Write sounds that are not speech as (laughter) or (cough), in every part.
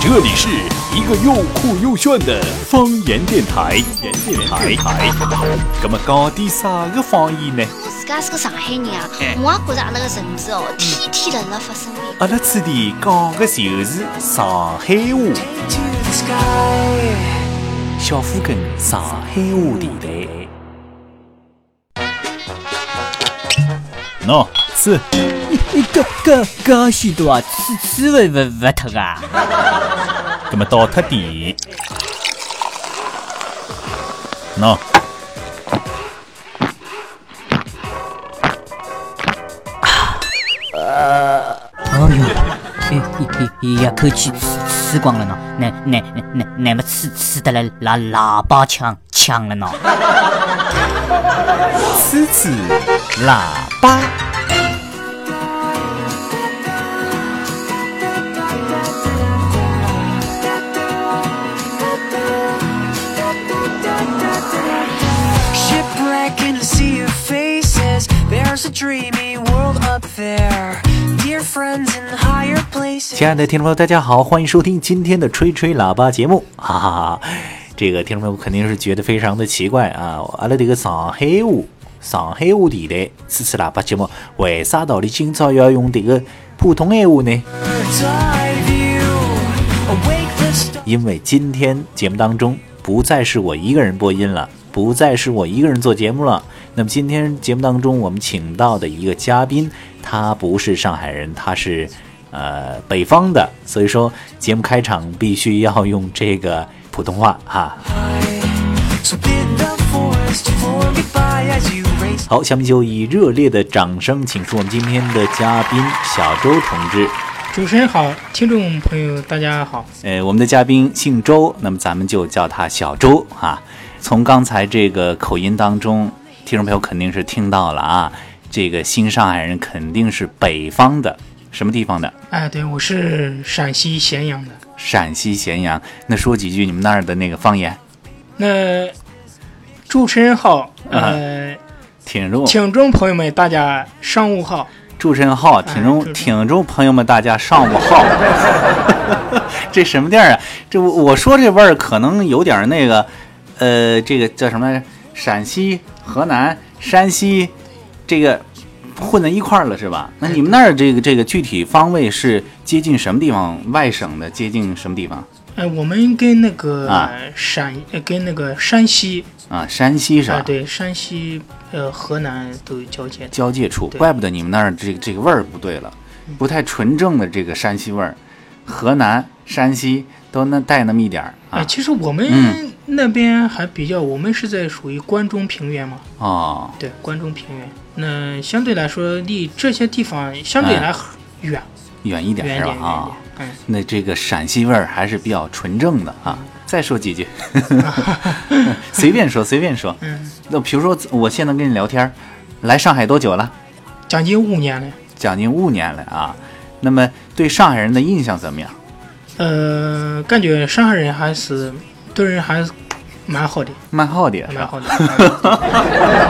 这里是一个又酷又炫的方言电台。电台，啊那么讲点啥个方言呢？哎自家是个上海人啊哎，我也觉着阿拉个城市哦，天天辣辣发生变化。阿拉此地讲的就是上海话，小虎根上海话电台。喏，吃，搿搿搿许多啊，吃吃勿勿勿脱啊！那么啊倒特点。喏，哎呦，一一一口气吃吃光了呢，那那那那那么吃吃得来喇喇叭腔腔了呢？吃吃喇叭。 Shipwreck and I see your faces. There's a dreamy world up there. Dear friends in higher places. 亲爱的听众朋友，大家好，欢迎收听今天的吹吹喇叭节目，哈哈哈。这个听众朋友肯定是觉得非常的奇怪啊，阿拉这个上海话，上海话电台吹吹喇叭节目，为啥道理今朝要用这个普通闲话呢？ Bird's eye view. Awake the star. 因为今天节目当中不再是我一个人播音了，不再是我一个人做节目了。那么今天节目当中我们请到的一个嘉宾，他不是上海人，他是呃北方的，所以说节目开场必须要用这个普通话哈。 So bid the forest form goodbye as you race. 好，下面就以热烈的掌声，请出我们今天的嘉宾小周同志。主持人好，听众朋友大家好。呃，我们的嘉宾姓周，那么咱们就叫他小周啊。从刚才这个口音当中，听众朋友肯定是听到了啊，这个新上海人肯定是北方的，什么地方的？哎，对，我是陕西咸阳的。陕西咸阳。那说几句你们那儿的那个方言，那主持人好，啊呃，哦挺住，听众朋友们大家上午好。主持人好，听哎众就是听众朋友们，大家上 (laughs) 午好。这什么地儿啊？这我我说这味儿可能有点儿那个，呃，这个叫什么来着？陕西、河南、山西，这个混在一块儿了是吧？那你们那儿这个这个具体方位是接近什么地方？外省的接近什么地方呃，我们跟那个、啊陕，呃跟那个山西，啊？山西是啊、吧？对，山西，呃，河南都有交界的。交界处，对嗯怪不得你们那儿这个这个味儿不对了，不太纯正的这个山西味儿，河南、山西都那带那么一点儿哎、啊。其实我们嗯那边还比较，我们是在属于关中平原嘛，哦，对，关中平原。那相对来说，离这些地方相对哎来远，远一点远一是吧？点，远一啊点，，嗯。那这个陕西味儿还是比较纯正的啊。再说几 (laughs) 句，随便说随便说。嗯，那比如说，我现在跟你聊天儿，来上海多久了？将近五年了。将近五年了啊。那么对上海人的印象怎么样？呃，感觉上海人还是对人还是蛮好的，蛮好的，是蛮吧？好的。啊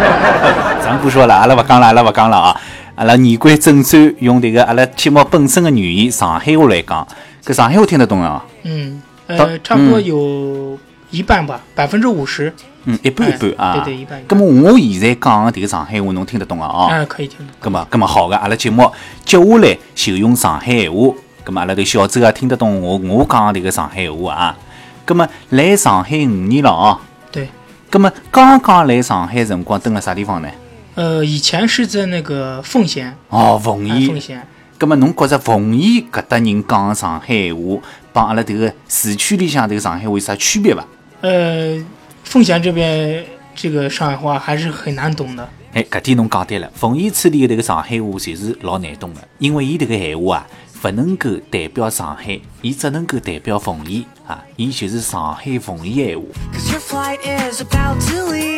咱不说了，阿拉勿讲了，阿拉勿讲了啊！阿拉言归正传，用这个阿拉节目本身的语言上海话来讲，搿上海话听得懂啊？ (laughs) 嗯，呃，当差不多有一半吧，百分之五十。嗯，一半一半啊。哎对对一半一半那么我现在讲的这个上海话，侬听得懂啊？啊。哎，可以听懂。咁么，咁么好个，阿拉节目接下来就用上海闲话。咁么，阿拉头小周啊，听得懂我我讲的迭个上海闲话啊。咁么，来上海五年了啊。对，咁么，刚刚来上海辰光，蹲了啥地方呢？呃，以前是在那个奉贤，哦，奉哎，奉贤。贤，咁么，侬觉着奉贤搿搭人讲的上海闲话，帮阿拉迭个市区里向迭个上海话有啥区别伐？呃，奉贤这边这个上海话还是很难懂的。哎，搿点侬讲对了，奉贤处理的迭个上海话就是老难懂的，因为伊迭个闲话啊，勿能够代表上海，伊只能够代表奉贤啊，伊就是上海奉贤闲话。 Cause your flight is about to leave.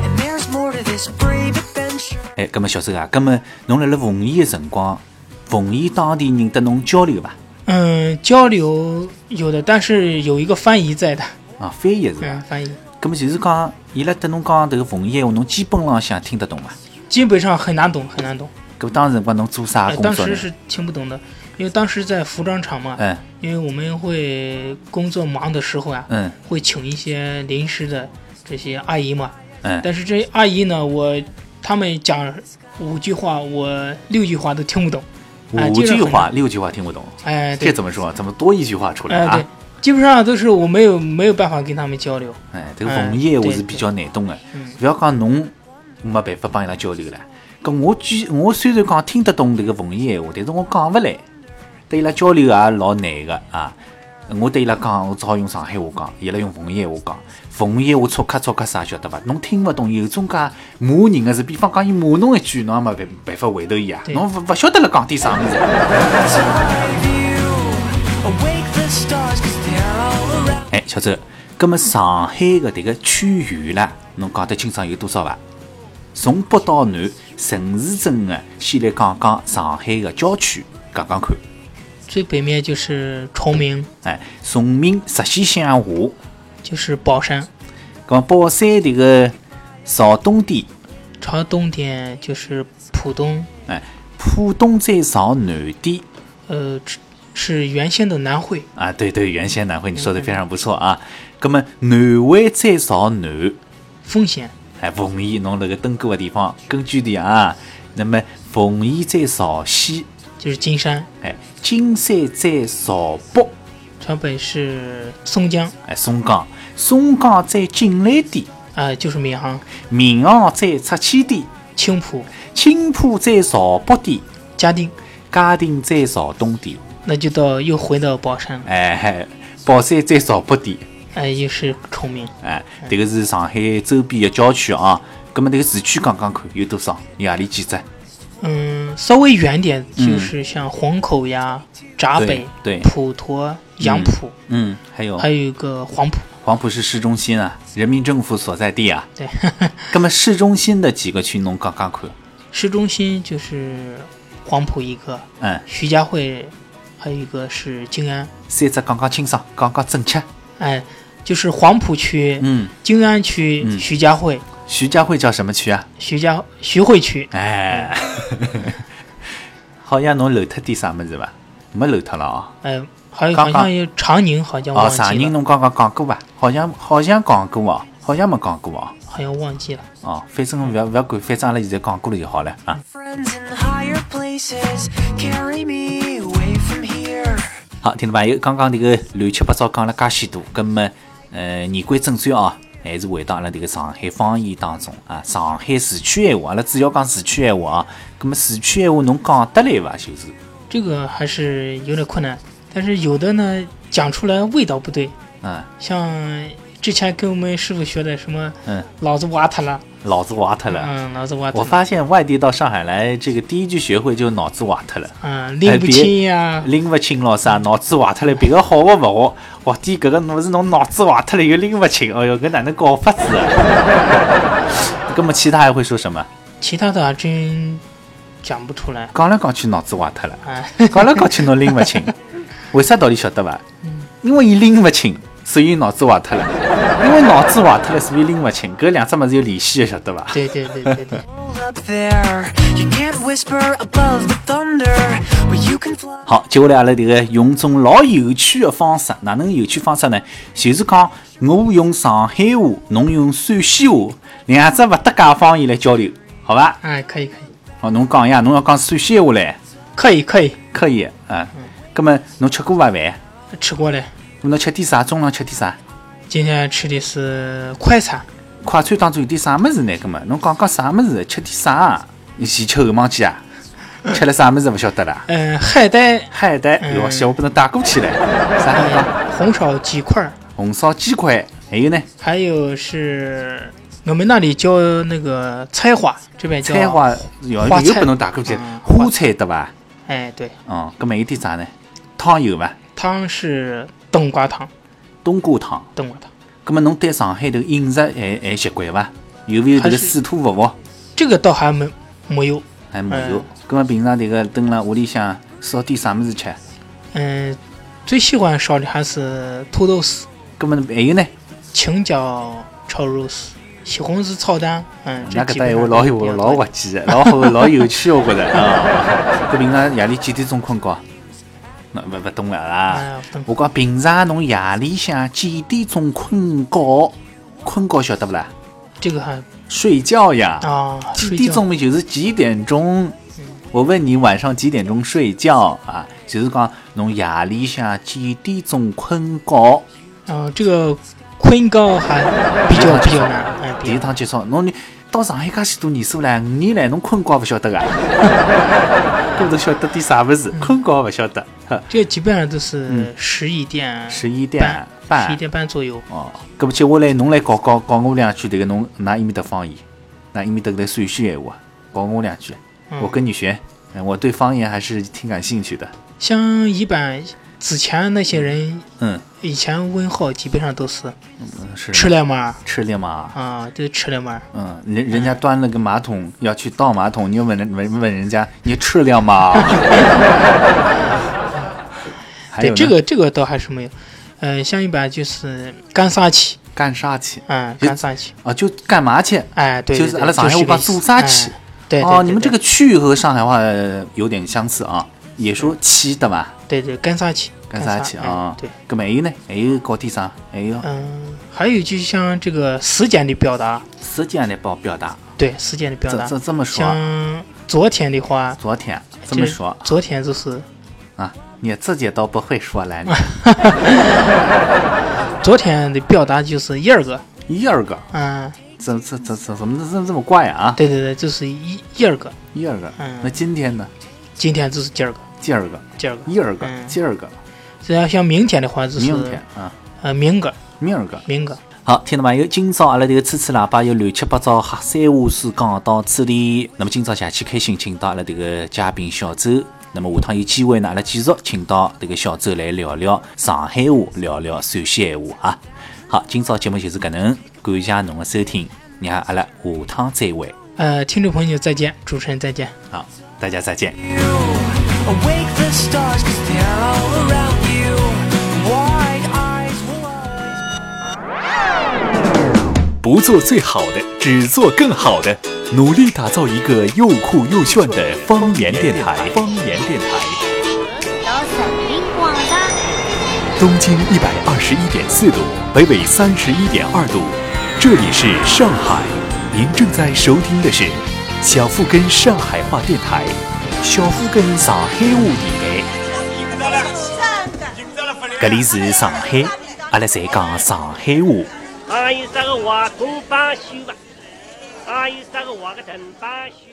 And there's more to this brave adventure. 哎，葛末小周啊，葛末侬辣辣奉贤的辰光，奉贤当地人跟侬交流伐？嗯，交流有的，但是有一个翻译在的，啊，翻译是嗯伐？，翻译葛末就是讲，伊拉跟侬讲迭个奉贤闲话，侬基本浪向听得懂伐？基本上很难懂，很难懂。哎搿么当时辰光侬做啥呃工当作时呢？是听不懂的，因为当时在服装厂嘛，嗯因为我们会工作忙的时候啊，嗯会请一些临时的这些阿姨嘛。嗯，但是这些阿姨呢，我他们讲五句话，我六句话都听不懂。哎五这个句很话六句话听不懂，哎，这对，怎么说？怎么多一句话出来哎对啊？，基本上都是我没有没有办法跟他们交流。哎，这个哎文艺闲话对是比较难懂的啊嗯，不要讲侬没办法帮伊拉交流了。搿我居我虽然讲听得懂迭个文艺闲话，但是我讲勿来，对伊拉交流也老难个啊。我对伊拉讲，我只好用上海话讲，伊拉用文艺闲话讲，文艺闲话错卡错卡啥晓得伐？侬听勿懂，有种介骂人个是，比方讲伊骂侬一句，侬也没办办法回头伊啊，对侬勿勿晓得辣讲点啥物事。 Awake the stars, cause they're all around. 哎，小周，葛么上海个迭个区域啦，侬讲得清爽有多少伐？啊从北到南，城市中的，先来讲讲上海个郊区，讲讲看。最北面就是崇明，哎，崇明、石溪乡下，葛就是宝山；么宝山迭个朝东点，朝东点就是浦东，哎，浦东再朝南点，呃，是是原先的南汇。啊，对对，原先南汇你说的非常不错啊。葛么南汇再朝南，丰县，哎，奉义侬辣个登过个地方根据地啊，那么奉义再朝西。就是金山，哎，金山再朝北，朝北是松江，哎，松江，松江再进来点，啊、就是闵行、闵行再出去点，青浦、青浦再朝北点，嘉定，嘉定再朝东点，那就到又回到宝山了，哎，嘿宝山再朝北点，哎、又是崇明，哎，迭个是上海周边的郊区啊。葛么迭个市区讲讲看有多少？有何里几只？嗯，稍微远点就是像黄口呀、闸北、嗯对对普陀、杨浦，嗯，还有还有一个黄埔，黄浦是市中心啊，人民政府所在地啊。对， (laughs) 葛么市中心的几个区侬讲讲看？市中心就是黄埔一个，嗯，徐家汇，还有一个是静安，三只讲讲清爽，讲讲正确。哎，就是黄浦区、嗯，静安区、嗯徐家汇、徐家汇叫什么区啊？徐家徐汇区，哎，好像侬漏脱点啥物事伐？没漏脱了啊。哎，还有刚好刚像有长宁，好像哦，忘记长了，宁侬刚刚讲过伐？好像好像讲过哦，好像没讲过哦。好像忘记了。哦，反正勿要勿要管，反正阿拉现在讲过了就好了啊。 Friends in higher places carry me away from here. 好，听众朋友，刚刚迭个乱七八糟讲了介许多，葛末呃言归正传哦，还是回到阿拉迭个上海方言当中啊。上海市区闲话，阿拉主要讲市区闲话啊。葛末市区闲话侬讲得来伐？就是这个还是有点困难，但是有的呢讲出来味道不对，嗯像之前跟我们师傅学的什么嗯， “老子挖他了老子挖脱”，了。嗯，“老子挖他我了发现外地到上海来，这个第一句学会就脑子瓦特了”，，啊，拎不清呀，拎勿清咯啥，脑子瓦特了，别个好个勿学，学点搿个物事侬脑子瓦特了又拎勿清，哎哟，搿哪能搞法子啊？搿么其他还会说什么？其他的还真讲不出来。讲来讲去脑子瓦特了，啊， (laughs) 讲来讲去侬拎勿清，为啥道理晓得伐？因为伊拎勿清，所以脑子瓦特了，因为脑子瓦特了，所以拎勿清，搿两只物事有联系的，晓得伐？对对对对对， All up there, you can't whisper above the thunder, but you can fly. 好，接下来阿拉迭个用种老有趣的方式，哪能有趣方式呢？就是讲我用上海话，侬用陕西话，两只勿搭界的方言来交流，好伐？哎，可以可以好，侬讲呀，侬要讲陕西话来，可以可以，可以啊。葛么侬吃过伐饭？吃过了。侬吃点啥？中浪吃点啥？今天吃的是快餐，快餐当中有点啥物事呢？葛么侬讲讲啥物事？吃点啥？你前吃后忘记啊？吃了啥物事勿晓得啦？嗯、海带、海带，哟西，我被侬带过去了。啥地方？呃红烧鸡块儿，红烧鸡块，还有呢？还有是我们那里叫那个菜花，这边叫菜花要花又菜拨侬打过去嗯，花菜对伐？哎，对，哦，搿么有点啥呢？汤有伐？汤是冬瓜汤，冬瓜汤。冬瓜汤。搿么侬对上海的饮食还还习惯伐？有没有迭还个是水土服务？这个倒还没没有，还没有嗯。搿么平常迭个蹲辣屋里向烧点啥物事吃？嗯，最喜欢烧的还是土豆丝、搿么啊还有呢？青椒炒肉丝、西红柿炒蛋，嗯，这那搿基搭本闲上话都老是有比较老多 (laughs) 哦滑稽的，老好老有趣，我觉着啊。搿平常夜里几点钟困觉？那不不懂了啦哎不懂。我讲平常侬夜里向几点钟困觉？困觉晓得不啦？这个还睡觉呀。啊，几睡点觉嗯钟就是几点钟。我问你晚上几点钟睡觉啊？就是讲侬夜里向几点钟困觉？啊，这个昆高还比较比较难，哎，第一比较趟接触，侬你到上海介许多年数唻，五年来侬困觉勿晓得啊？ (laughs) 搿都晓得点啥物事？困觉勿晓得。呵这基本上都是嗯十一点十一点半，十半一。点半左右。 (laughs) 哦，搿么接下来侬来教教教我两句迭个侬㑚伊面搭方言，㑚伊面搭搿个陕西闲话，教我两句，我跟你学。嗯我对方言还是挺感兴趣的。像一般之前那些人，嗯，以前问候基本上都是是吃了吗？吃了嘛？啊，就吃了吗？嗯，人人家端了个马桶要去倒马桶，你就问人问问人家你吃了吗？还有呢 (laughs) 对，哎这个这个倒还是没有。嗯，像一般就是干啥去？干啥去？啊，就干啥去？啊，就干嘛去？哎，对，就是对阿拉上海这话个意做思啥去哎对对哦，对你们这对个去和上海话呃有点相似啊，也说去的嘛。对对干啥去？干啥去啊哎？对，搿么还有呢？还有搞点啥？还有嗯，还有就像这个时间的表达，时间来帮表达。对时间的表这达这，这么说，像昨天的话，昨天这么就是说昨天就是啊，你自己都不会说 (laughs) 了，昨天的表达就是一儿个，你一二个，嗯，怎怎怎怎怎么这么这么怪啊？对对对，就是一一儿个，一二个嗯，那今天呢？今天就是今儿个，第二个，今儿个，一二个，嗯第二个，然后像明天的话就是明天啊，呃明个明儿个。明个，好，听到朋友，今朝阿拉这个吹吹喇叭有乱七八糟黑三胡四讲到此地。那么今朝下期开心，请到阿拉这个嘉宾小周。那么下趟有机会呢，阿拉继续请到这个小周来聊聊上海话，聊聊陕西闲话啊。好，今朝节目就是搿能，感谢侬的收听，让阿拉下趟再会。呃，听众朋友再见，主持人再见。好，大家再见。 you. Awake the stars, cause they're all around you. Wide eyes will eyes. 不做最好的，只做更好的，努力打造一个又酷又炫的方言电台。方言电台，老神灵广场。东经一百二十一点四度，北纬三十一点二度，这里是上海，您正在收听的是小富根上海话电台，小富根上海话电台。搿里是上海，阿拉侪讲上海话。还有啥个瓦工板修吧，还有啥个瓦个藤板修。